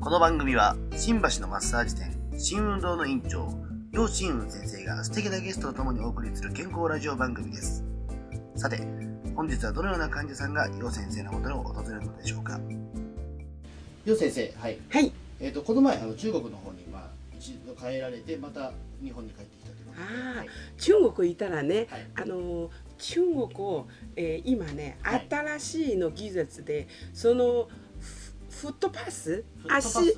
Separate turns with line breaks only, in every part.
この番組は新橋のマッサージ店新運動の院長楊新雲先生が素敵なゲストと共にお送りする健康ラジオ番組ですさて本日はどのような患者さんが楊先生のもとを訪れるのでしょうか楊先生はい、
はい。
えー、とこの前あの中国の方にまあ一度帰られてまた日本に帰ってきたということ
あー
はい
中国いたらね、
はい
あのー中国を、えー今ね
はい、
新しいの技術で、そのフフットパス、
フットパス
足。
はい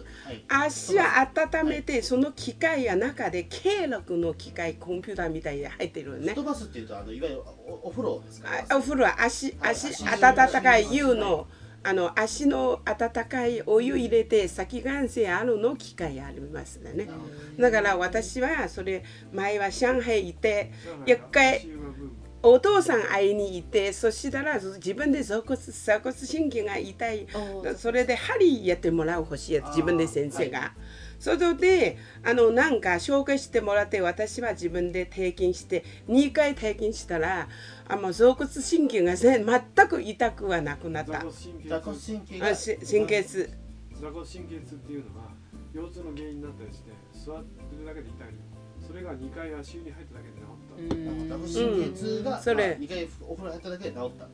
足を温めて、その機械や中で経絡の機械コンピューターみたいに入ってるよ
フッ
ね
トパスっていうとあのいわゆるおお風呂ですか
あお風呂は足
はい
足
足
温かい湯
は
のあの足の温かいお湯入れて先眼性あるの機械ありますよ
な
ね
るほど
だから私はそれ前は上海行って一
一
回
回
お父さん会いに行ってそしたら自分で鎖骨鎖骨神経が痛いそれで針やってもらうほしいや
あ
つ
ー
自分で先生が。それであのなんか紹介してもらって私は自分で体験して2回体験したらあもう鎖骨神経が全全く痛くはなくなった
座骨神経が
あし神経痛
座骨神経痛っていうのは腰痛の原因になったりして座ってるだけで痛いそれが2回足湯に入っただけで治った、
座骨神経痛が、
それ
まあ二回お風呂入っただけで治った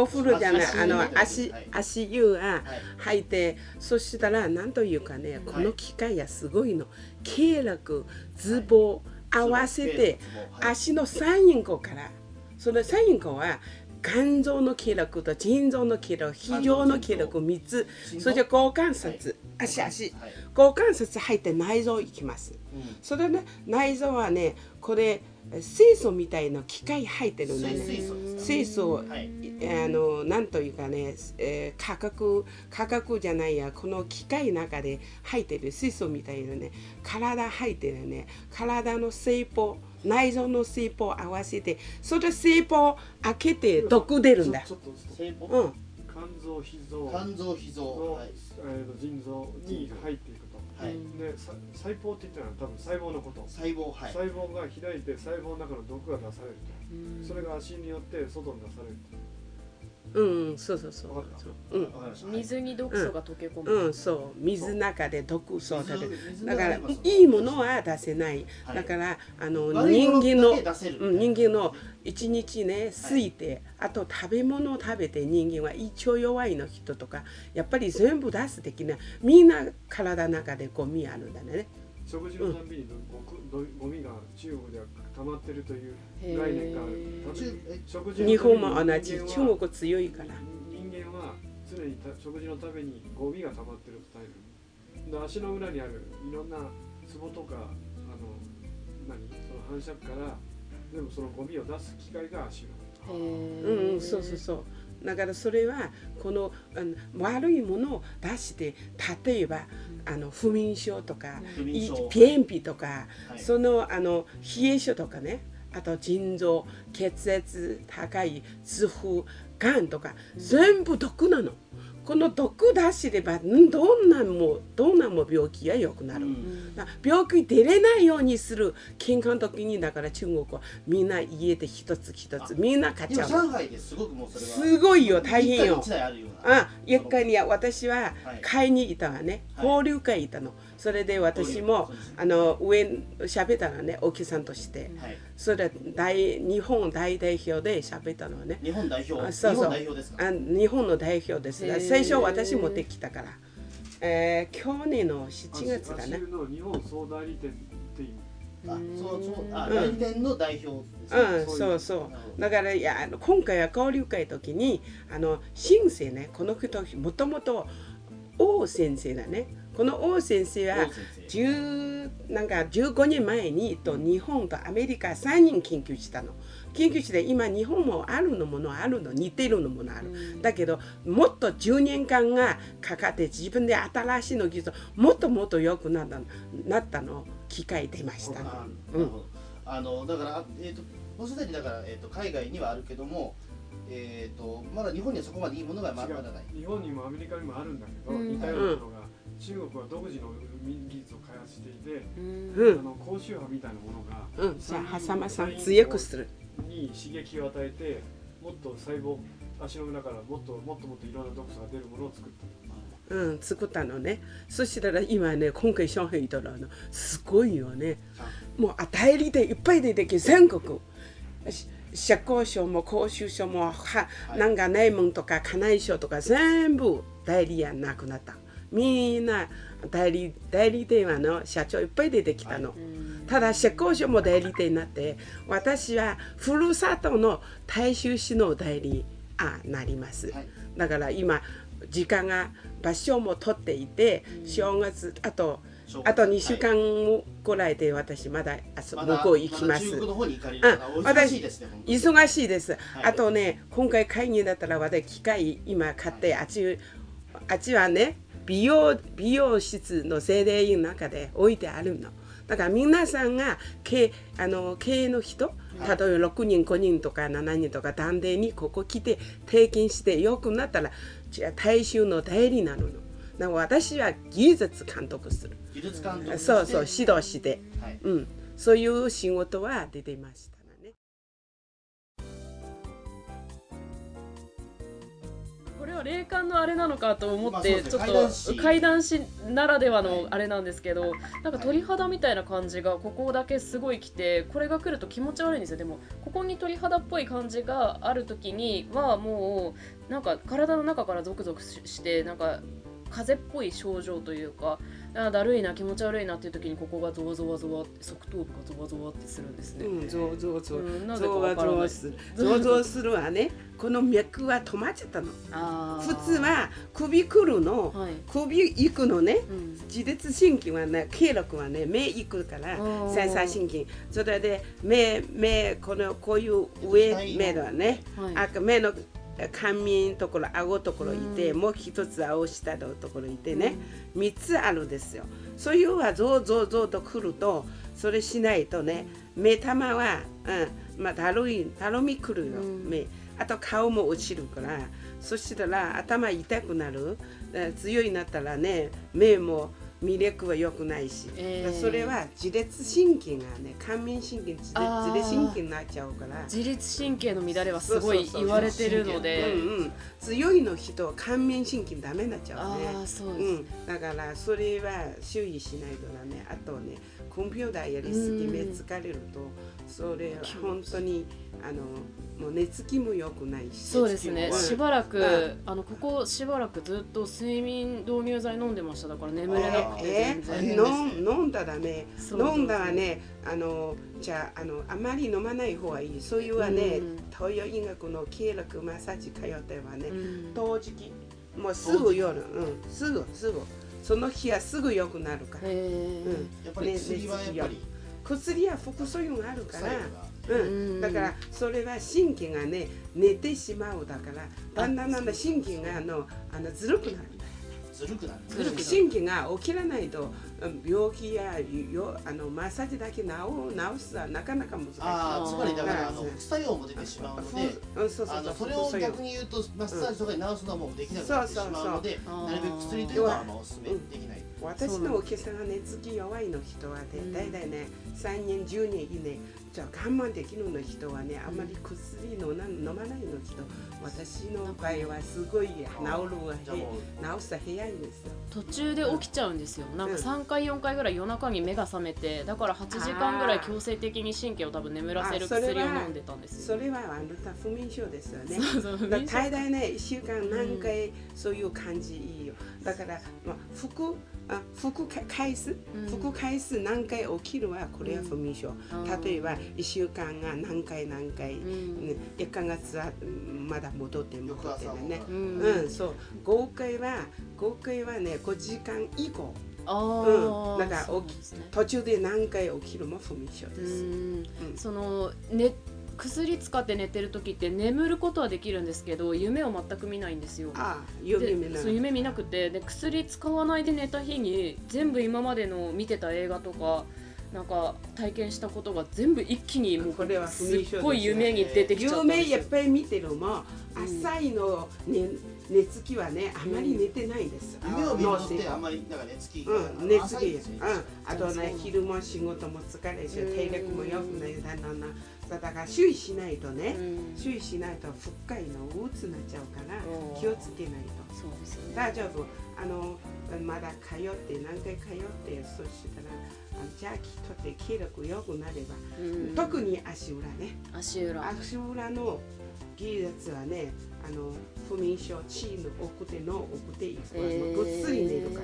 お風呂じゃな
お
い
風呂じゃない
足足
あの足
はい
足湯が
はい
入ってそしたらなんというかねこの機械がすごいの経絡ズボ合わせて
はい
足の三陰交からその三陰交は肝臓の経絡と腎臓の経絡非常の経絡3つそれで股関節足足
はい
股関節入って内臓行きます
うん
それでね内臓はねこれ水素みたいな機械入ってるんだよ
水
ね
水素ですか
水素を
はい
いあのなんというかね、えー価格価格じゃないやこの機械の中で入ってる水素みたいなね体入ってるね体の細胞内臓の細胞合わせてそれ細胞開けて毒出るんだ
ちょちょっとちょっ
細
う
胞
ん
と肝臓脾臓の、
肝臓脾臓はい
えーと腎臓に入っていくと、
はい
でさ細胞って言ったら多分細胞のこと、
細胞はい
細胞が開いて細胞の中の毒が出されるとそれが足によって外に出される
うんそうそうそう
わかった
そううん
わかりました
水に毒素が溶け込む、
うん、そう水の中で毒素を取る
水水の
だから
中にも
いいものは出せない、
はい
だからあの
悪いも
人
の
間の
だけ出せる
うん、人間の一日ね過いて、あと食べ物を食べて人間は胃腸弱いの人とかやっぱり全部出す的なみんな体の中でゴミあるんだね
食事のたんびにごくどゴミが中国では溜まってるという概念がある
へー
食事
中
食事のたびに
日本も同じ
人間は
中国強いから
人間は常にた食事のためにゴミが溜まってるスタイルで足の裏にあるいろんな壺とかあの何その反射区から全部そのゴミを出す機会が足裏
へ
うん
ー
うんそうそうそうだからそれはこのあの悪いものを出して例えばあの不眠症とか
不眠症
便秘とか、
はい
そのあの冷え性とかねあと腎臓血圧高い痛風がんとか全部毒なのこの毒出しればんどんなもどんなも病気が良くなる、
うん
だから病気出れないようにする健康の時にだから中国はみんな家で一つ一つみんな買っち
今
ゃうの
上海ですごくもうそれは
すごいよ大変よ
一家に一台あるような
あ一回に私は買いに行ったわね、
はい
交流会行ったのそれで私
交流そう
も
ですね
あの上喋ったのねお客さんとして
はい
それ大日本大代表で喋ったのね
日本代表
あそう
日
そう
本代表ですか
あ日本の代表です
へー
最初私持ってきたから、えー去年の7月だ
足
ね
湯の日本総代理店っていう
あそうそうあ
うん
来年の代表ですね
うん、
そうい
そううそ
なるほ
う。だからいやあの今回は交流会の時にあの新生ねこの人もともと王先生だね。この王先生は
王先生
10なんか15年前にと日本とアメリカ3人研究したの。研究して今日本もあるのものあるの似てるのものある。だけどもっと10年間がかかって自分で新しいの技術もっともっと良くなったなったの機会出ましたの。
あ
う
なんるほどあのだから、えー、ともうすでにだから、えー、と海外にはあるけども、えー、とまだ日本にはそこまでいいものがま
違
だ
う
まだない。
日本にもアメリカにもあるんだけど、
うん
似たようなものが中国は独自の技術を開発していて、
うん
う
あ
ん
の高周波みたいなものが
うん。じゃあ狭間さん強くする。
に刺激を与えてもっと細胞足の裏からもっともっともっといろんな毒素が出るものを作った
うん、作ったのねそしたら今ね今回上海行ったらあのすごいよねもうあ代理でいっぱい出てきて全国し社交所も公衆所もは、
はい
なんか内門とか家内所とか全部代理屋なくなったみんな代理代理店はの社長いっぱい出てきたの、ただ社交所も代理店になって私はふるさとの大衆市の代理あなります、
はい
だから今時間が場所も取っていて正月あと
正月
あと2週間ぐらいで私まだあそ
ま
向
だ
こう行きま
だ
す
中。国の方に行かれる
うん
方お忙しいですね本当に
忙しいです、
い
あとね今回会議だったら私機械今買って、あっちあっちはね美容美容室の精霊院の中で置いてあるのだから皆さんが経営あの経営の人例えば6人5人とか7人とか探偵にここ来て提供してよくなったらじゃあ大衆の代理なののだから私は技術監督する
技術監督として
そうそう指導して、
はい
うん、そういう仕事は出てましたね。
これは霊感のあれなのかと思
ま
っ
あそう
て、
ですね
ちょっ
怪談師
と怪談師ならでは
はい
のあれなんですけど、なんか鳥肌みたいな感じがここだけすごい来てこれが来ると気持ち悪いんですよでもここに鳥肌っぽい感じがある時にはもうなんか体の中からゾクゾクししてなんか風邪っぽい症状というかあーだるいな気持ち悪いなっていう時にここがゾワゾワゾワって側頭部がゾワゾワってするんですね。
うん、ゾウゾウゾウ
うんなぜか
ゾワ
わから
ゾ
な
ワ
い
するゾワゾワするはねこの脈は止まっちゃったの
あー
普通、は首くるの
はい
首行くのね
うん
自律神経はね経絡はね目行くから
うん
センサー神経それで目目このこういう上目だね
はい、
赤目の髪のところ顎のところいて、
うん
もう一つ青下のところいてね、三つあるんですよ。そういうはゾウゾウゾウと来るとそれしないとね目玉は、うんまあ、だるいだるみくるよ、
うん
目あと顔も落ちるからそしたら頭痛くなるえー強いなったらね目も魅力は良くないし、
えー
それは自律神経がね感眠神経自律
あー
自律神経になっちゃうから。
自律神経の乱れはすご
そ
い
うそうそう
言われてるので
うんうん、強いの人は感面神経ダメになっちゃうね
ああそう
う
です、
ん、だからそれは注意しないとだねあとねコンピューターやりすぎ
うん
目疲れるとそれは
気を
本当にあのもう寝つきも良くないし
そうですね
うん
しばら
う
くあのここしばらくずっと睡眠導入剤飲んでましただから眠れなくて
え
全
あ
然
ー
ー飲ん飲んだらね
そうそうそう
飲んだらねあのじゃああのあまり飲まない方がいいそういうはね、
うん
東洋医学の経絡マッサージ通ってはね、
うん
陶磁器もうすぐ夜、うん、すぐすぐその日はすぐ良くなるから、
へ
うん、
やっぱり薬はやっぱり
薬は副作用があるか
作
ら
用が
う、
うんん
だからそれは神経がね寝てしまうだからだんだんだんだん神経があのあのずるくなるんだよ
ずるくなる
ずるくなる
神経が起きらないとうん病気やよあのマッサージだけ治治すはなかなか難しい。
ああつまりだからあの
うん
副作用も出てしまうので
ふうんそう
あ
そうそ
の
う
それ
副
を
作用
逆に言うとマッサージとかに治すのはもうできなくなってしまうので
そうそうそう
なるべく薬というのはまあおすすめできない
私のお客さんが熱気弱いの人はね、
うん
だいたいね3年10年以内じゃあ我慢できるの人はねあんまり薬飲な飲まないの人私の場合はすごい治るわ
じゃあもう
治す部屋いんですよ
途中で起きちゃうんですよなんか3回4回ぐらい夜中に目が覚めてだから8時間ぐらい強制的に神経を多分眠らせる薬を飲んでたんです
そ
よ
れはあなた不眠症ですよね
そうそう
だから大体ね1週間何回そういう感じいいよだから、まあ、服あ服か回数
うん
服回数何回起きるはこれは不眠症、
うん
例えば1週間が何回何回、
う
ね
ん、
1ヶ月はうんまだ戻って戻
翌
っ
朝
てだ
も
ね。
う
うんん、そう合計は合計はね5時間以降
あー
うんだから
そうなんですね
途中で何回起きるも不眠症
う
です、
ん
うん
その、ね、薬使って寝てる時って眠ることはできるんですけど夢を全く見ないんですよ。
ああ
で
夢見な
そう夢見なくてで薬使わないで寝た日に全部今までの見てた映画とかなんか体験したことが全部一気にも
こ
う
れは不
す
眠症
っ
ですね
ごい夢に出てきちゃったんで
夢
す
い
よ
っ。ぱい見てるも
うん
浅いの寝寝つきはねあまり寝てないんです、
夢を見るのっ
脳性
てあんまりなんかね月が
うん、寝す
浅い
ぎ
で
や
すね、
うん、あとね昼も仕事も疲れるし体力も良くないだんだんだんだから注意しないとね、
うん
注意しないと不快のうつになっちゃうから
うん
気をつけないと
そうですよね
大丈夫あのまだ通って何回通ってそしたらあのじゃあきっとって気力良くなれば、
うん
特に足裏ね
足裏
足裏の技術はねあの不眠症地位の奥手の奥手いくわ、
えー
ぐっすり寝るか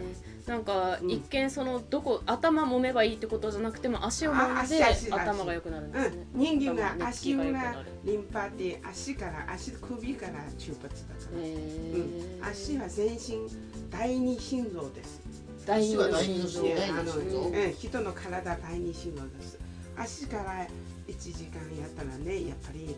ら。
なんか
うん
一見そのどこ頭揉めばいいってことじゃなくても足を
あ
揉ん
足
で
足足
頭が良くなるんですね、
うん、人間
頭
が
の
足裏
気が良くなる
リンパって足から足首から出発だから、
え
うん、足は全身第二心臓です、
第二の
第二の
心臓
心
ね
臓第二の
あの
心
う
臓
ん
うん、人の体第二心臓です足から1時間やったらねやっぱり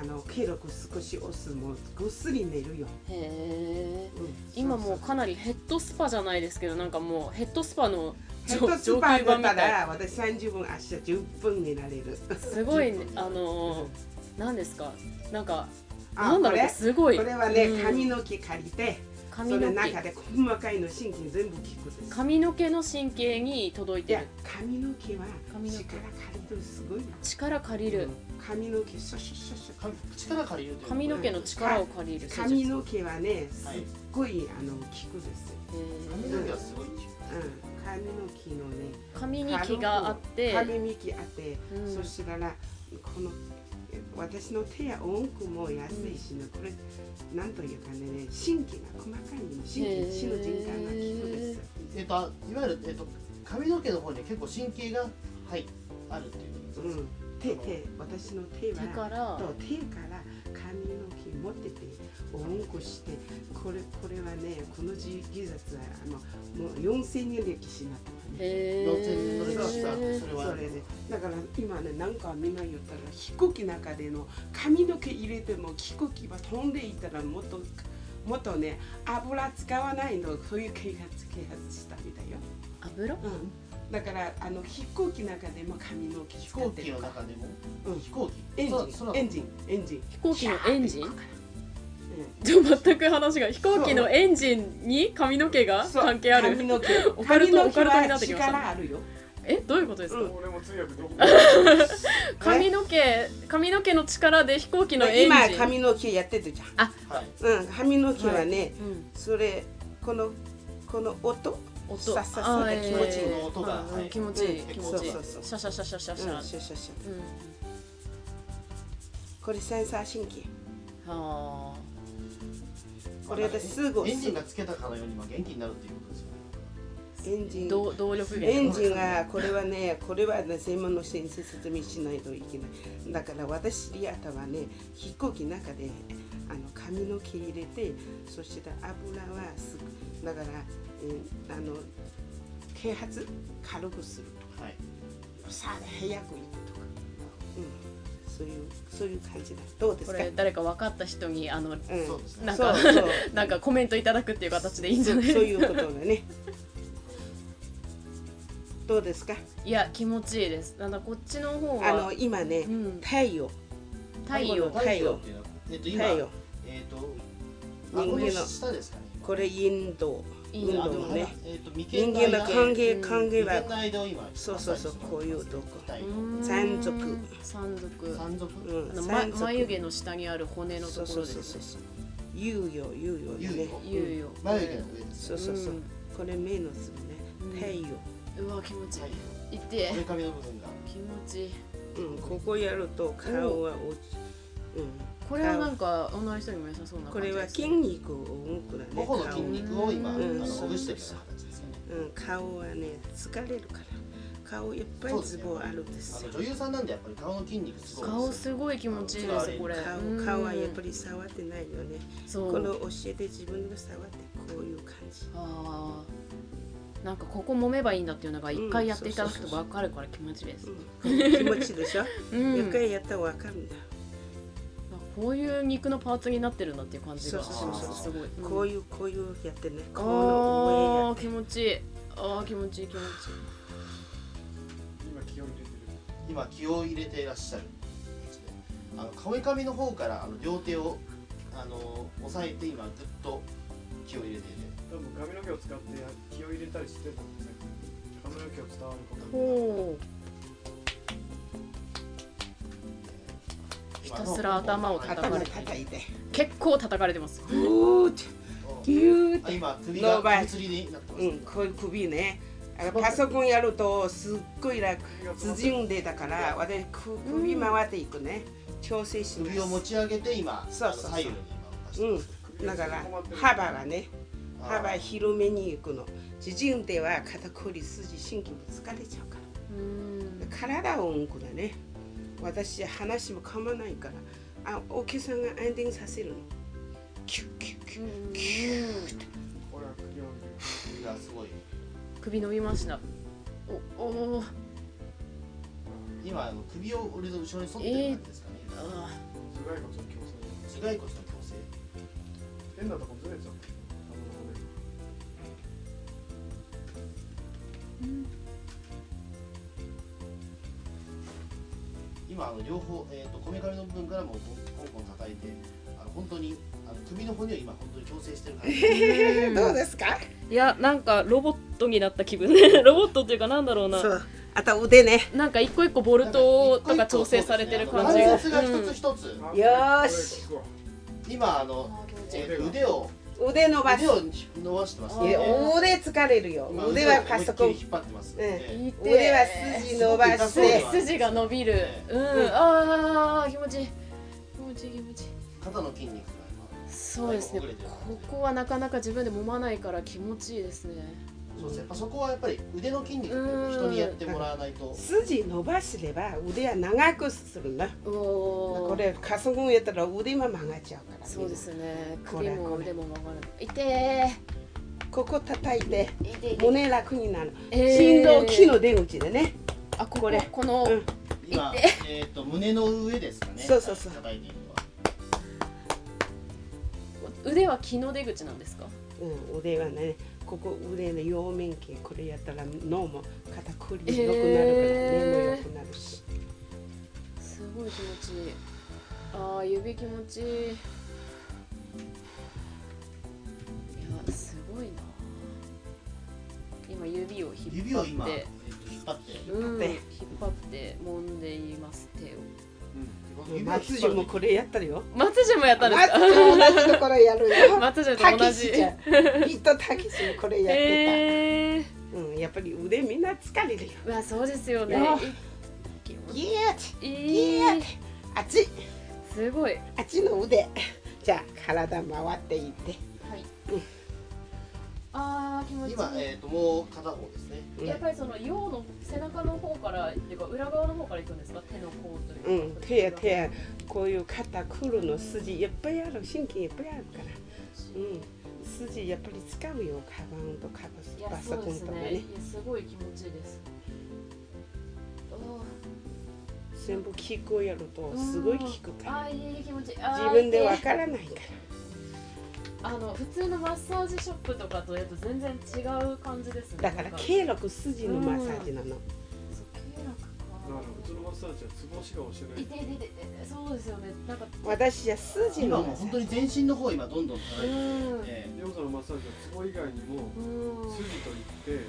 あの記録少し押すもぐっすり寝るよ、
へえ
うん、
今
そ
も
う
うかなりヘッドスパじゃないですけどなんかもうヘッドスパの
そうヘッドス
上
パ
上
だ
級版
っ
み
た
たい
ら私30分足は10分寝られる
すごいねあのー何ですかなんか
あ
なんだろう
これ
すごい
これはね
うん
髪の毛借りてそ
髪
の
の
中
毛
で細かいの神経全部効くです
髪の毛の神経に届い
い
て
や
る
髪の毛は
髪の
力
毛
借りてるすごいな
力借りる
髪の毛シャシャシャシャ
か力借りるという
髪の毛の力を借りる
髪
の
の毛はねすっ
はい
ごいあの効くです、
髪の毛はすごい
うん、髪の毛のね
髪に毛があって
髪に毛あって、
うん
そしたらこのえ私の手や音符も安いしね、これなんというかね神経が細かいの神経死の循環が効くです
えっといわゆるえっと髪の毛の方には結構神経がはいあるっていうこと
う
です
ん手手私の手
だ
は
から
と手から髪の毛持ってておんこしてこれこれはねこの技術はあのもう4000年歴史になったわね
へ
幼稚園にそれがした
え
それは
それでだから今ねなんかみんな言ったら飛行機の中での髪の毛入れても飛行機は飛んでいったらもっともっとね油使わないのそういう啓発啓発したみたいよ、
油
うん、だからあの飛行機の中でも髪の毛
飛
使
行
って
機の
るから
中でも
うん
飛行機
エンジ
そ
ン
う
エンジンエンジン
飛行機のエンジン
うん
ちょ全く話が飛行機のエンジンに髪の毛が
そう
関係あ
髪
る
の毛
オカル
髪
ト
の
オ
毛
カルトにな
は
ってきましたね
力あるよ
えどういうことですか
うん
俺も通訳でき
髪の毛髪の毛の力で飛行機のエン
今
ジン
髪の毛やってるじ
はい
ゃん、うん、髪の毛はね、
うん
それこのこの音
音
ささ
あ
さ
ー
が気持ちいい
え
の
ー
の音が
うん
はい
気持ちいい
うん
気持ちいいシ
そう
ャ
そう
シャシャシャシャシ
うん、
ャ
シャシャシャ
うん
これセンサー神経
は
これですぐ
エンジンがつけたかのようにまあ元気になるっていうことですよね
エンジ
あ
ン
動動力
エ
源
ンジンはこれはねこれはね専門の人に説明しないといけないだから私リアタはね飛行機の中であの髪の毛入れてそして油はすだから、えーあの啓発軽くする
はい
とかさあ早く行くとか、うん、そういうそういう感じだどうです
こ
か
れ誰か分かった人にあの
うん、
そうですね
なん
そ
か
うそう
なんかコメントいただくっていう形でいいんじゃない
そうそういうことだねどうですか
いや気持ちいいですなんだこっちの方
あの
は
今ね
うん
太陽
太陽
太陽っていうのはえっと今
太陽
えっと顎
人間の
の下ですかね
これインド
イ
イ
ン
ン
ド
ド
あでも
ね
えっと眉
人
間
間
の
の
間
関係
うん
関
眉
係は
間の間を今
そうそうそうこういうとこ
太陽
うーん
山賊
山賊
山賊
うん
あの、ま
山、賊
眉毛の下にある骨の
そ
と
う
こ
そ
ろ
う
で
そう
す
そ
ね
う猶予猶予
猶
ね
予
言うよ
眉毛の上です
そうそうそう、
うん
これ目の粒ね
うん
太陽、
うわ気持ちい
太陽
い痛え
こめかみの部分が
気持ちいい
うん、ここやると顔は落ち、う、
これはなんか女の人にも良さそうなん
こ
感じ
れは
です
筋肉を動くだね
頬の筋肉を今あ
うん
のほぐしてるような形ですよね
顔,、うん、顔はね疲れるから顔いっぱいツボあるんです
あ
よ
の女優さんなんでやっぱり顔の筋肉すごいですよ
顔すごい気持ちいいですこれ
顔顔はやっぱ
り
り触ってないよね、
そう
この教えて自分が触ってこういう感じ
あーなんかここ揉めばいいんだっていうのが一回やっていただくと
うんそうそうそう
分かるから気持ちいいです
うん気持ちいいでしょ
うん
一回やったらわかるんだ、
こういう肉のパーツになってるんだっていう感じが
そう
そうそうそう
すごい
こう
い
いうこういうやってね
あ
この上や
ー気持ちいいあー気持ちいい気持ちいい
今気を入れてる
今気を入れていらっしゃるあのこめかみの方からあの両手をあの押さえて今ぐっと気を入れている
多分髪の毛を使って気を入れたりしてたんですよ髪の毛を伝わることに
ほうひたすら頭を叩
頭
かれ
叩いて
結構叩かれてます
うーってギューっ
あ
て
今首が
伸ばし
首吊りになってます
う
ね、
ん、こういう首ねあのパソコンやるとすっごい楽縮んでたから私く首回っていくね調整し
首を
ま
持
す
ち上げて今
そうそうそう
左右に今動かしてます
うんだから幅がね幅広めに行くの縮んでは肩こり筋神経も疲れちゃうから
うん
体を動くだね私話も噛まないからあお客さんが安定させるのキュッキュッキュッ
これは首を上げる
首がすごい
首伸びましたおおー
今あの首を俺の後ろに反ってる感じですかね、
あ
頭蓋骨の矯
頭
正
蓋骨の矯正
変なとこずれちゃうあの骨
今あの両方えっ、とこめかみの部分からもコンコン叩いてあの本当にあの首の骨を今本当に矯正してる感じ
ー
どうですか
いやなんかロボットになった気分 ロボットっていうかなんだろうな
うあと腕ね
なんか一個一個ボルトとか調整されてる感じ
関
が、
節が一つ一つ、
あ
よーし
これこ
今あの、えーと腕を
腕伸ばす
腕を伸ばしてます
いや
ね
腕疲れるよ
今
腕はパソコ
思いっ
ン
きり引っ張ってます、
ん
えー
うん痛い
腕は筋伸ばし
すごく痛
て
そ
筋が伸びるうん、
ん
あー気持ちいい気持ちいい気持ちいい
肩の筋肉が
そうですね
ほぐれてる
ここはなかなか自分で揉まないから気持ちいいですね
今そうですねパソコンはやっぱり腕の筋肉って人にやってもらわないと
筋伸ばすれば腕は長くするな
お
こ
お
れパソコンやったら腕も曲がっちゃうから
そうですね
これ
首も
これ
腕も曲がる痛え
ここ叩いて
痛え痛
胸楽になる
え
振動木の出口でね
あこ
こ
こ
れ
この、
うん
今えっ、と胸の上ですかね
そうそうそう
叩いているのは
腕は木の出口なんですか
うん、腕はねここ腕の両面筋これやったら脳も肩こり良くなるから
へー
目も良くなるし
すごい気持ちいいあー指気持ちいいいやすごいな今指を
指
引っ
を今、
張っ
え
て
ーと引っ張って、
う
張っ
ん、
て
引っ張って揉んでいます手を
指を引っ張って
松潤もこれやったよ
松島やったん
松
ですか
潤同じところやるよ
松島と同
たけ
じ
しちゃんきっとたけしもこれやって
ええ
た、うん、やっぱり腕みんな疲れるよ
ー、まあそうですよね
いや
い
ギューッ
い
ギューッあっち
すごいは
あっちの腕 じゃあ体回っていって
いあー気持ちいい
今、えー、ともう片方ですね
やっぱりその腰の背中の方からっていうか裏側の方から行くんですか手の甲というか、
うん、手や手やこういう肩くるの筋いっぱいある神経いっぱいあるから、うん、筋やっぱり使うよカバンとカ
いや
バパ
そ
ソ
う
コ
で
ン
す
とか
ねい
ね
やすごい気持ちいいですお
全部聞くやるとすごい効くから
あーいい気持ちいい
自分でわ
る
からないか
あの普通のマッサージショップとかとやると全然違う感じですね
らだから
なん
経絡筋のマッサージなの、
そう
れ
経絡か
だから普通のマッサージはツボしか押してない
いていていていてそうですよねなんか
私は筋
今
の
も
マ
う
ッサ
本
ー
当
ジ
に全身の方今どんどん
う
叩いて、
ん
え
ヨガのマッサージはツボ以外にも
うん
筋といって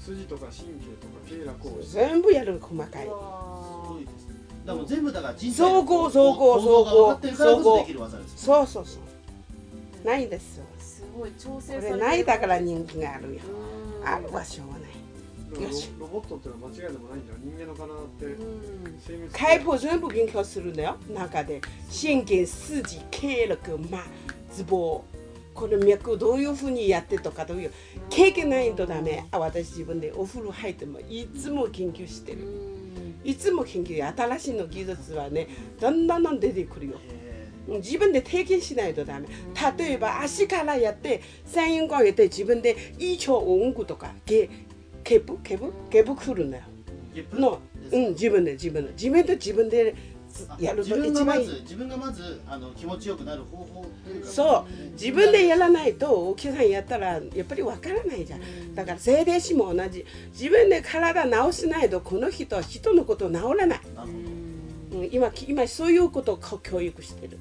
筋とか神経とか経絡を押して
全部やる細かい
ーす
う
わ
ご
ー
いですねだからもう全部だから人生
総合総合
が分かってるからこ
総
そ
合
できる技です
そうそうそうないですよ
すごい調整
こ
されて
れ
る
ないだから人気があるよ
うん
あるはしょうがない
でもロロボットっていうのは間違いでもないんだよ人間の体って
うん
精密
解剖全部勉強するんだよ中で神経筋経絡まズボンこの脈をどういうふうにやってとかどういう経験ないとダメあ私自分でお風呂入ってもいつも研究して
う
る
ん
いつも研究新しいの技術はねだんだんだん出てくるよ
え
自分で経験しないとダメ例えば足からやって34個やって自分で胃腸音具とかゲケブケブケブくるんだよ
ーゲップ
の、
です
う
か
ん、自分で自分で自分で自分で
あ
やる
自
と
分
一
がま
番いい
ず自分がまずあの気持ちよくなる方法というか
そう
ね
自分でやらないとお客さんやったらやっぱりわからないじゃんだから整霊師も同じ自分で体直しないとこの人は人のことを治らない、
なるほ
うん、今今そういうことをこ教育してる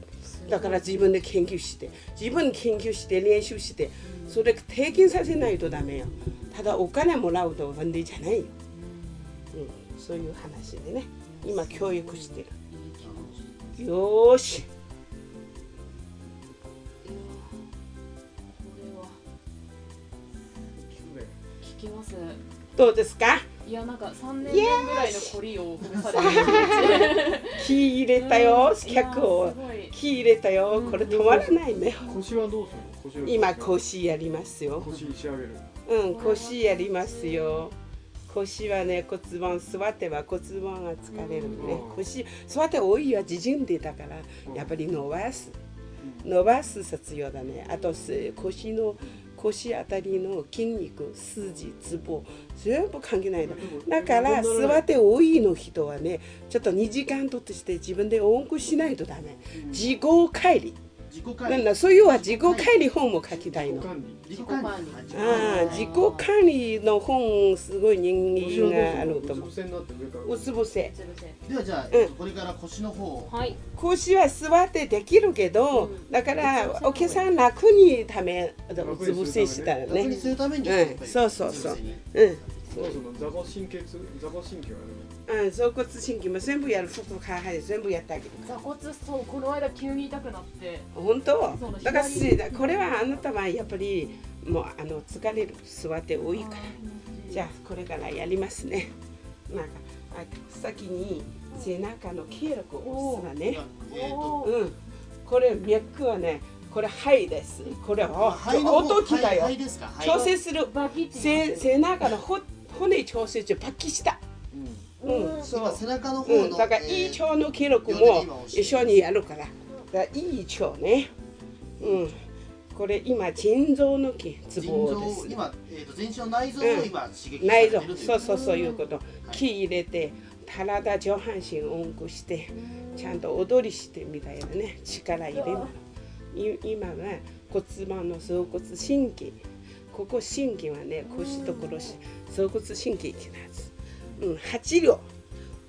だから自分で研究して自分で研究して練習してそれ経験させないとダメよただお金もらうと問題じゃないよ、うん、そういう話でね今教育してるよーし
いやーこれきます
どうですか
いやなんか三年前ぐらいのコリをほぐされる
木入れたよ脚を木入れたよこれ止まらないね
腰はどうするの腰は
今腰やりますよ
腰仕上げる
うん腰やりますよ腰はね骨盤座っては骨盤が疲れるね
うん
腰座って多いは縮んでたからやっぱり伸ばす伸ばす必要だねあとす腰の腰あたりの筋肉筋ツボ全部関係ないのだから座って多いの人はねちょっと2時間として自分で往復しないとダメ自己帰り
自己管
なん
理
だそういうは自己帰り本も書きたいの、
自己
管理
あ自己管理
ああ自己管理の本すごい人間があると思う
うつ伏せになって上から
うつ伏せ
ではじゃあ、
うん
えっとこれから腰の方を
はい
腰は座ってできるけど、
うん
だからお客さん楽にためうつ伏せしたら
楽に
ね
するために、
うん
やっぱり
そうそうそう
うつ伏せに
うん
そうそう座骨神経痛座骨神経はあ
うん、坐骨神経も全部やる腹下半身全部やってあげる
座骨そうこの間急に痛くなって
本当
そうだ
だから
左
しこれはあなたはやっぱりもうあの疲れる座って多いからじゃあこれからやりますねなんかあ先に背中の経絡を押すわね
えっと
うんこれ脈はねこれ肺ですこれお
肺の方
音きだよ
肺肺ですか肺
調整する
バキッ
背背中のほ骨調整中パッキした
るね
うんそ
今
う
背中の方の、
うん、だから
え
胃
ー
腸の記録も一緒にやるから。だから胃腸ね。うん。これ今腎臓の筋ツ
腎
ボ
臓
で
を
す。
今、えー、と全身の内臓を
うん
今刺激されて
内臓
るという、
そうそうそういうこと。
い
気入れて体上半身音符してちゃんと踊りしてみたいなね力入れる。い今は骨盤の坐骨神経。ここ神経はね腰ところし坐骨神経いきます。うん、八両。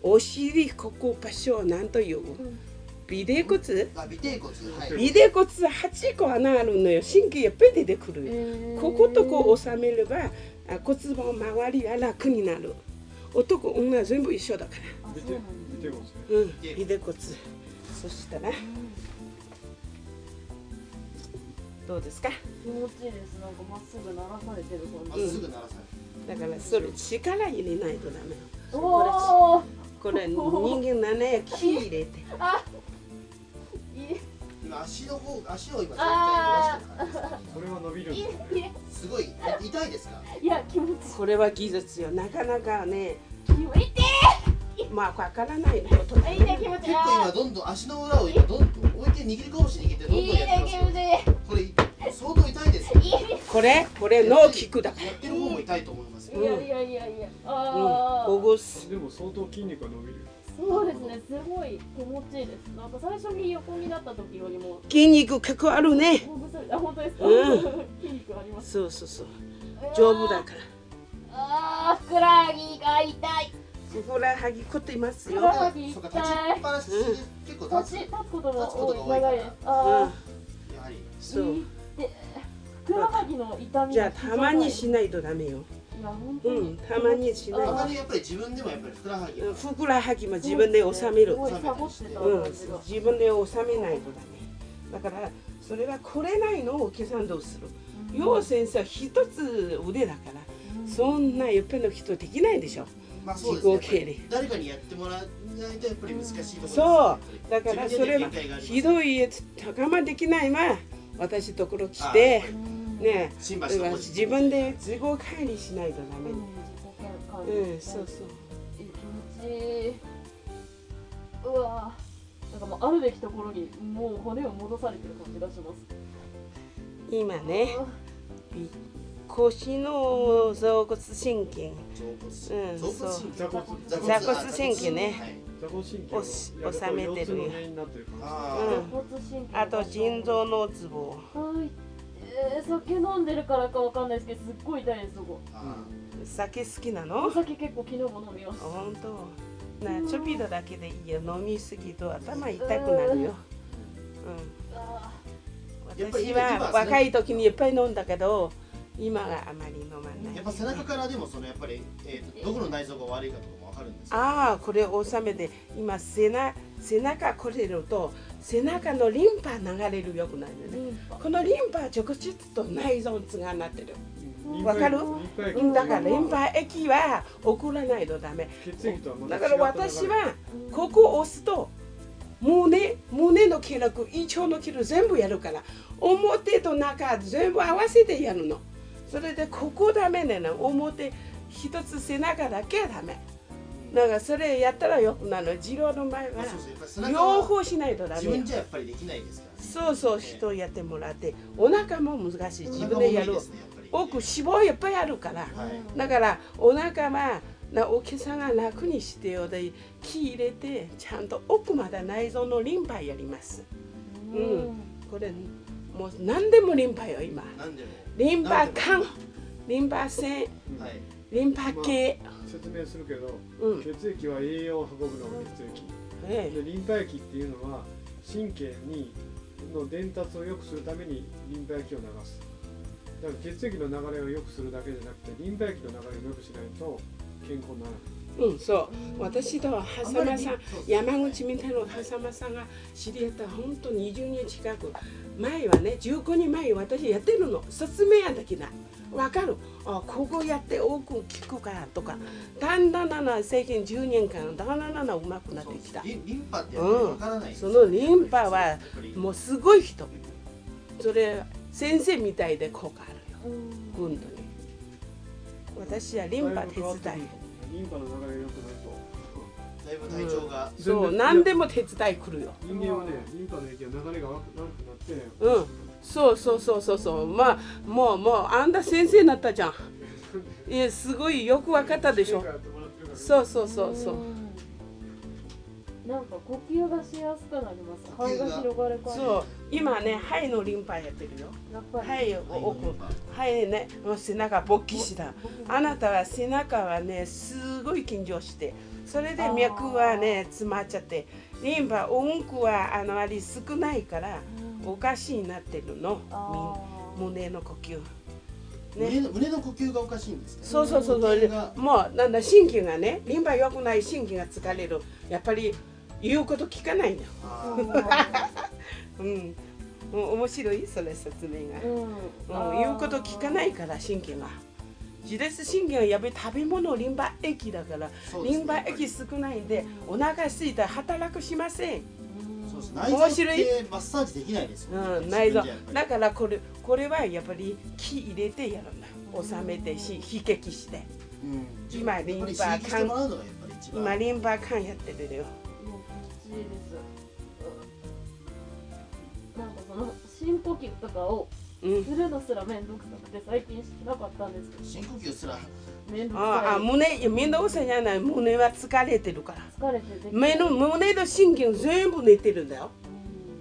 お尻ここ場所を何という微霊骨、
あ尾てい骨はい
ビデ骨8個穴あるのよ神経いっぱい出てくるよ、こことこう
す
収めればあ骨盤周りが楽になる男女全部一緒だか
見て見てますね
らうん
で
ビデ骨そしたらどうですか
気持ちいいですなんかまっすぐならされてる
まっ
感じ
すぐならさ
だからそれ力入れないとダメ
おお
これ人間だね木入れて
今足の方足を今全体に伸ばしてる感じです
こ
か
れは伸びるんですね
今すごいえ痛いですか
いや気持ち
これは技術よなかなかね
いいい
まあわからないことだ
い
ね
いね気持ちい
結構今どんどん足の裏を今どんどん置いて握りこぼし握ってどんどん
いいい
やって
ね
ます
気
よ
持ちい
これ相当痛いですよ
いい
これこれ脳効くだか
やってる方も痛いと思いますよ
いやいやいやいや
らうん
ああ、
ほぐす
でも相当筋肉が伸びる
そうですねすごい気持ちいいですなんか最初に横になった時よりも
筋肉かくあるね
ほぐされあ本当ですか、
うん
筋肉あります
そうそうそう丈夫だから
あーふくらはぎが痛い
ふくらはぎ凝っています
う
よ。
ん
そうか立ちっぱなしで結構
立
立つ
ち立つこと
立つこ
も
と
多
が多い
い
から
長いで
うん
すあ、
やはり
ー
そ
いうい。でふくらはぎの痛み
じゃあたまにし
い
ないとダメよ。
や本当に
うん、たまにしない
た
あ
まにやっぱり自分でもやっぱりふくらはぎが
うん。ふくらはぎも自分で収める
す。ごいサボってた
うん
感じが、、
自分で収めないとダメ。だからそれは来れないのをお客さんどうする。よう先生は一つ腕だから、
うん
そんな横の人できないでしょ。
まあそう
自
ですねやっぱり誰
己経理。
かにやってもらわないとやっぱり難しいところですね
そうだから
自
そ
分
れ
で
は
は限界があります
ひどいやつ我慢できないわ。私ところ来て
あー
うん
ね。
新橋
だから
の
自分で都合管理しないとダ
う
メ。
ん自己嫌悪感
うん、そうそう。
いい気持ちいいうわぁなんかもうあるべきところにもう骨を戻されてる感じがします
今ね腰の坐骨神経
上骨
うん
上骨
そう
座骨
座
座骨神経ね
はい
座骨神経をやると
収めてる
腰痛の原因になってる感じ
あ
座
ー
うん
骨神経
あと腎臓のツボ
はいえー、酒飲んでるからかわかんないですけどすっごい痛いですそこ
あ
酒好きな
お
の
酒結構昨日も飲みました
本当なちょびっとだけでいいよ飲みすぎと頭痛くなるよ、
あ
うん、
やっぱり
私
今
は若い時にいっぱい飲んだけど今はあまり飲ま
ー
な
やっ
い
ぱ背中からでもそのやっぱり、えー、とどこの内臓が悪いかとかもわかるんですか
ああこれ収めて今背な背中これると背中のリンパ流れるよくないのね
ーリンパ
このリンパは直接と内臓につがなってる
うん
わかる
リンパ
うんだからリン
液
パ液は送らないとダメ
血液とはまた
だ
違っ
か
た
ら私はここを押すと胸胸の気力胃腸の気力全部やるから表と中全部合わせてやるのそれでここダメねな表一つ背中だけはダメなんかそれやったらよくなる治療の前は
そうそうやっぱり背中
両
は
方しないとダ
自
メ
分じゃやっぱりできないですからね
そうそう人やってもらってお腹も難しい自分でや
お腹も重い
る
ですねやっぱりね
奥脂肪いっぱいあるから
はい
だからお腹はなお客さんが楽にしてよで気入れてちゃんと奥まで内臓のリンパやりますうんこれもう何でもリンパよ今
何でも
リンパ管リンパ腺
うん
はい
リンパ系
説明するけど
うん、え
血液は栄養を運ぶのが血液
え
でリンパ液っていうのは神経にの伝達を良くするためにリンパ液を流すだから血液の流れを良くするだけじゃなくてリンパ液の流れを良くしないと健康にならない
うん、そう私とは
あんま
狭間
り
さん
そう
山口みたいな狭間さんが知り合った本当20年近く前はね15年前私やってるの説明やだけなわかるあここやって多く聞くかとかだんだんだんだん最近10年間だんだんだんだんうまくなってきた
リンリンパってやっぱりわからないです
そ
よ
のリンパ
や
は
っぱり
もうすごい人それ先生みたいで効果あるよ今度に私はリンパ手伝い
リンパの流れが良くないと
だいぶ体調が
そう何でも手伝い来るよ
人間はねリンパの液が流れが悪く悪くなって
うんそうそうそうそうそうまあもうもうあんた先生になったじゃんいやすごいよくわかったでしょそうそうそうそう
なんか呼吸がしやすくなります。肺が広がるから。
そう今ね肺のリンパやってるよ
やっぱり。
肺を
リ
奥
ンパ
肺ねもう背中勃起したあなたは背中はねすごい緊張してそれで脈はね詰まっちゃってリンパ音区はあのあり少ないからおかしいなってるのみん胸の呼吸
胸の胸の呼吸がおかしいんですか
そうそうそうそ
呼吸
う
が
もうなんだ神経がねリンパ良くない神経が疲れるやっぱり言うこと聞かないの
あ
うんもう面白いそれ説明が、うん、言うこと聞かないから神経が自律神経はやっぱり食べ物リンパ液だから、
ーそうで
リ
すね
ンパ液少ないんでお腹すいたら働くしません、
そうです内臓
面
っ
白い
てマッサージできないですよね
うん、内
自
臓
分じゃや
だ
っぱ
からこれこれはやっぱり気入れてやるんだ収めてし悲劇して
りうん
今リンパ
やっぱり刺激してもらうのがやっぱり一
今
番
リンパ管やってるよ
もう気持ちいいです。なんかその深呼吸とかを
うん
するのすら面倒くさくて最近しなかったんですけど
深呼吸すら
面倒く
ああ
さい
胸面倒くさいじゃない胸は疲れてるから
疲れてて
目の胸の神経全部寝てるんだよ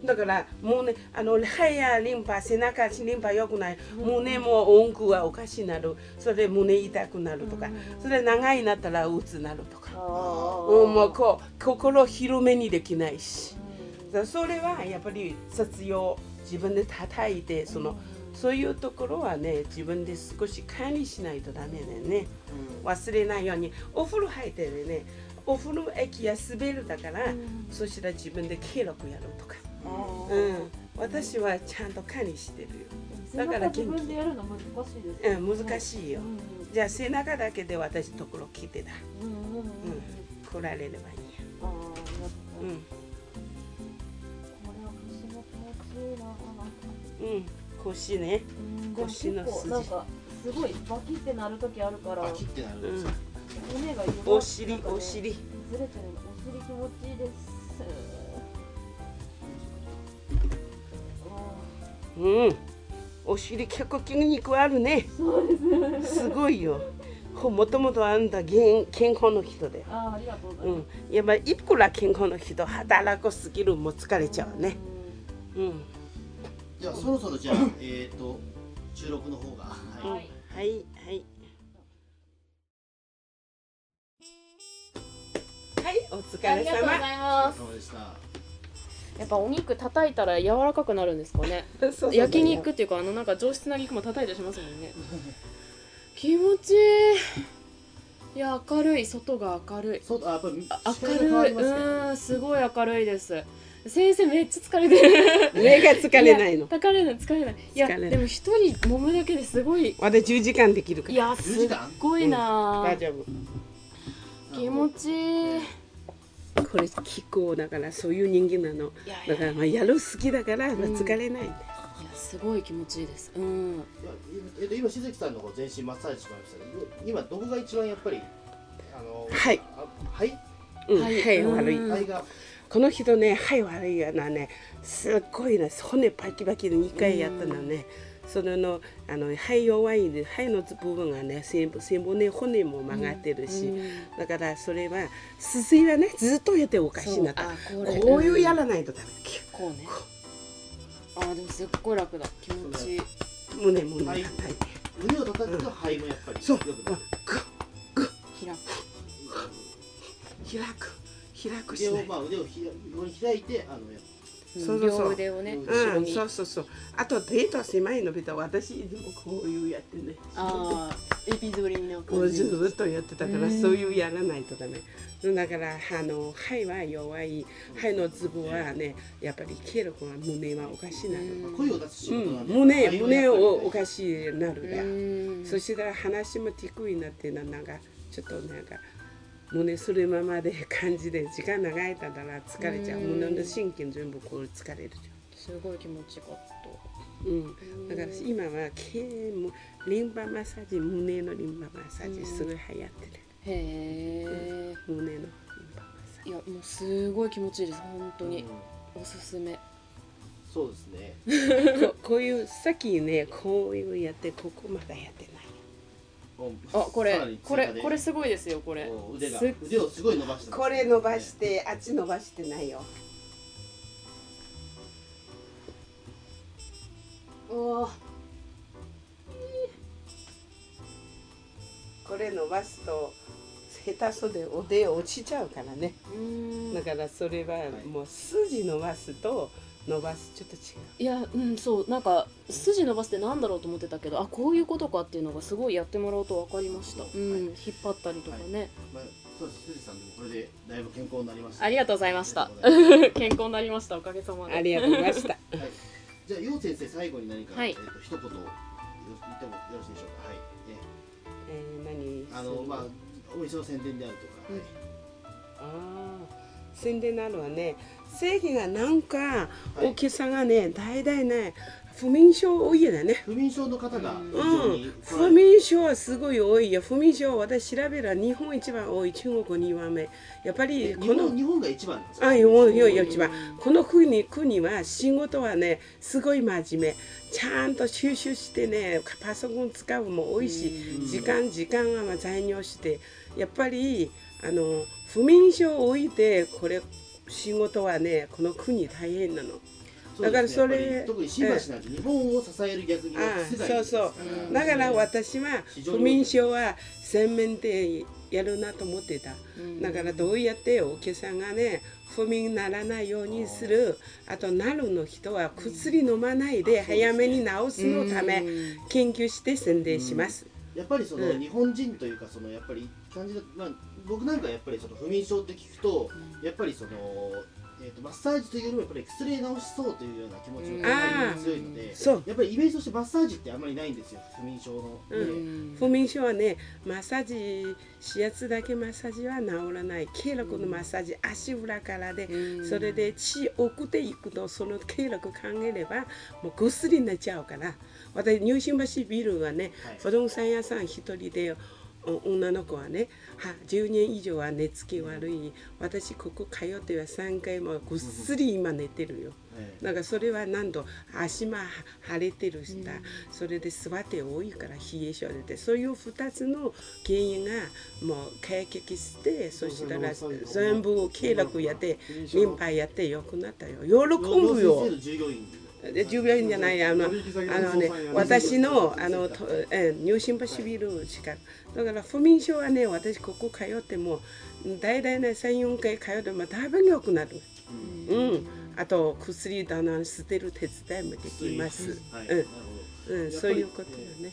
うん
だから胸あの肺やリンパ背中リンパ良くない胸も音区がおかしくなるそれで胸痛くなるとかそれで長いなったらうつになると
あ
か、
ー
うん、もうこう心広めにできないし
うん
だからそれはやっぱり卒業自分で叩いてそのそういうところはね自分で少し管理しないとダメだよね。忘れないようにお風呂入ってるねお風呂駅や滑るだから、そしたら自分で経絡やるとか、
あー
うん、私はちゃんと管理してだから
背中自分でやるの難しいです
るよ、
ね
うん、難しいよ
うん
じゃあ背中だけで私ところ聞いてた
うんうんうん
来られればいいや
あーやっぱ
う
こ
ん
れは腰も気持ちいいななんか
うん腰ね
うん
腰の筋
結構なんかすごいバキってなる時あるから
バキってなるん
う
です
ん
よ
胸が
お尻
なんかね
お尻
ずれてるのお尻気持ちいいですあ
うんお尻結構筋肉あるね
ーそうです
すごいよほもともとあんた健健康の人だよ
あーありがとうございうます
ん、やっぱいくら健康の人働くすぎるも疲れちゃうねうん
じゃあそろそろじゃあえっと収録の方がはい
はい
はいはい。はい、お疲
あ
れ
りがとうござい
様。
ます
そうでした
やっぱお肉叩いたら柔らかくなるんですかね
そうそう
焼肉っていうかあのなんか上質な肉も叩いたりしますも んね気持ちいいいや明るい外が明るい
そうあやっぱり
あ
視
明
界が
る
変わ
い
りますね
うんすごい明るいです
先生めっちゃ疲れて る
上が疲れないの
や疲れない疲れないいや
疲れない
でも一人揉むだけですごい
私10時間できるか
い
ら
やす
10時
っ
間
ごいな
大丈夫
気持ちいい
これ気候だからそういう人間なの
い
だ
やいやい
か
や
らまあやる好きだからまあ
うん
疲れない、
すごい気持ちいいですうん
えっと今しずきさんの方全身マッサージしましたけど今どこが一番やっぱりあの
はい
あはい
うん
は
はいい、
うん
悪い
肺が
この人ね歯悪いのはねすっごいね骨パキパキで2回やったのね、それのあの肺弱いで肺の部分がね背背骨骨も曲がってるし、
うん
だからそれは水はねずっとやっておかしいな
そうあこれ
こういうやらないとダメ
こうねあーでもすっごい楽だ気持ちいい
胸胸
は
叩
い
いて、
胸を叩くと肺もやっぱり
そう
よくなる
グッ
開く
開く開く
腕
しな
を
い
まあ腕をひ横に開いてあのやっ
そうそうそう
両腕をね後
う
ろ
ん、
に
そうそうそうあとデートは狭いのびた私いつもこういうやってね
ああエビ反りの
も
感
う
じ
ずっとやってたから、
うん
そういうやらないとダメだからあの肺は弱い肺のズボはねやっぱりケロコは胸はおかしなの、
ぱ声を出す仕事なん
うん、
で
胸
肺も
胸
やっぱり
をおかしいなるだよ、
うん
そしたら話も低いなっていうのはなんかちょっとなんか胸するままで感じで時間長いたら疲れちゃう、
うん
胸の神経全部こう疲れるじ
すごい気持ちよかった
ゃん、うん、だから今はけもリンパマッサージ胸のリンパマッサージすごい流行ってる
へえ
胸のリンパマッサージ
いやもうすごい気持ちいいです本当におすすめ
そうですね
ここういうさっきねこういうやってここまだやってない
あ
さ
こ
ら
れ
に追加
これ
で
これすごいですよこれ
こう腕が
すっ
腕をすごい伸ばしてます
これ伸ばしてあっち伸ばしてないよ
おー
これ伸ばすと下手そうでおで落ちちゃうからね
うーん
だからそれはもう筋伸ばすと伸ばすちょっと違う
いやうんそうなんか筋伸ばしてなんだろうと思ってたけどあこういうことかっていうのがすごいやってもらうと分かりました、うん
はい
引っ張ったりとかね、
まあそうですすずきさんでもこれでだいぶ健康になりました
ありがとうございました
ありがとうござい
健康になりましたおかげさまで
ありがとうございました
ますはいじゃあ陽先生最後に何か
はい
えっと一言よ言ってもよろしいでしょうかはいえ
えー、何
あのまあお店の宣伝であるとか、
うん
はい
あー宣伝なのはね正義がなんか大きさがね大体ね不眠症多いよね
不眠症の方が非常に
うん、
来ら
不
れて
眠症はすごい多いよ不眠症は私調べたら日本一番多い中国2番目やっぱり
え
こ
日
の
本日本が一番なんですか
あ日本よ一番この国国は仕事はねすごい真面目ちゃんと収集してねパソコン使うのも多いし
うん
時間時間はまあ残業してやっぱりあの不眠症を置いてこれ仕事はねこの国大変なの。
そうですね
だからそれ
やっぱり特に新橋なんて日本を支える逆に世代ですから
ああそうだから私は不眠症は洗面でやるなと思ってた
うん
だからどうやってお客さんがね不眠にならないようにするあとなるの人は薬飲まないで
あそうですね
早めに治すのため
うん
研究して宣伝します
やっぱりその、
うん
日本人というかそのやっぱり感じだ、まあ、僕なんかやっぱりその不眠症って聞くとやっぱりその、えー、とマッサージというよりもやっぱり薬で治しそうというような気持ちがやっぱり強いので
そう
やっぱりイメージとしてマッサージってあんまりないんですよ不眠症の、
う
うんん
不眠症はねマッサージしやつだけマッサージは治らない経絡のマッサージ足裏からで
うん
それで血を送っていくとその経絡考えればもうぐっすり寝ちゃうから私入信橋ビルはね
はい
不動産屋さん一人でお女の子はねは10年以上は寝つき悪い私ここ通っては3回もぐっすり今寝てるよ
ええ
だからそれは何度足も腫れてるした、それで座って多いから冷え性出てそういう2つの原因がもう解決してそしたら全部経絡やってリンパやって良くなったよ喜ぶよ
先生の従業員
で従業員じゃないあの
取引先の
あの
不動
ね
産屋
私のあのとえー入信橋ビルしかだから不眠症はね私ここ通っても大体ね34回通ってもだいぶ良くなるうんあと薬棚捨てる手伝いもできます
はい、なん
う
るほど
うんそういうことよね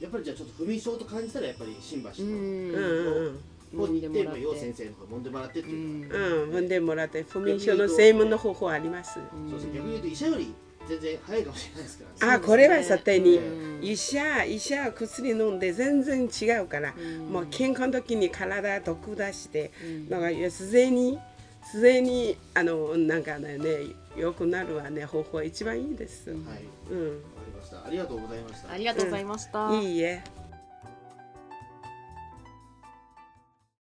やっぱりじゃあちょっと不眠症と感じたらやっぱり新橋の、
うん
うんうん
こ
揉ん
に
で
行ってま
もらっ
あ
て
陽先生の方が揉んでもらってって
う
いうの
ん
うん、踏んでもらって不眠症の正門の方法あります。
は、そうですね逆に言うと医者より全然早いかもしれないですからね
あこれは
さ
査
て
定に
うん
医者医者は薬飲んで全然違うから、もう健康の時に体毒出して、
うん
なんかいや自然に自然にあのなんかね良くなるはね方法一番いいです。
はいわか
うん、
りましたありがとうございました
ありがとうございました、
いいえ。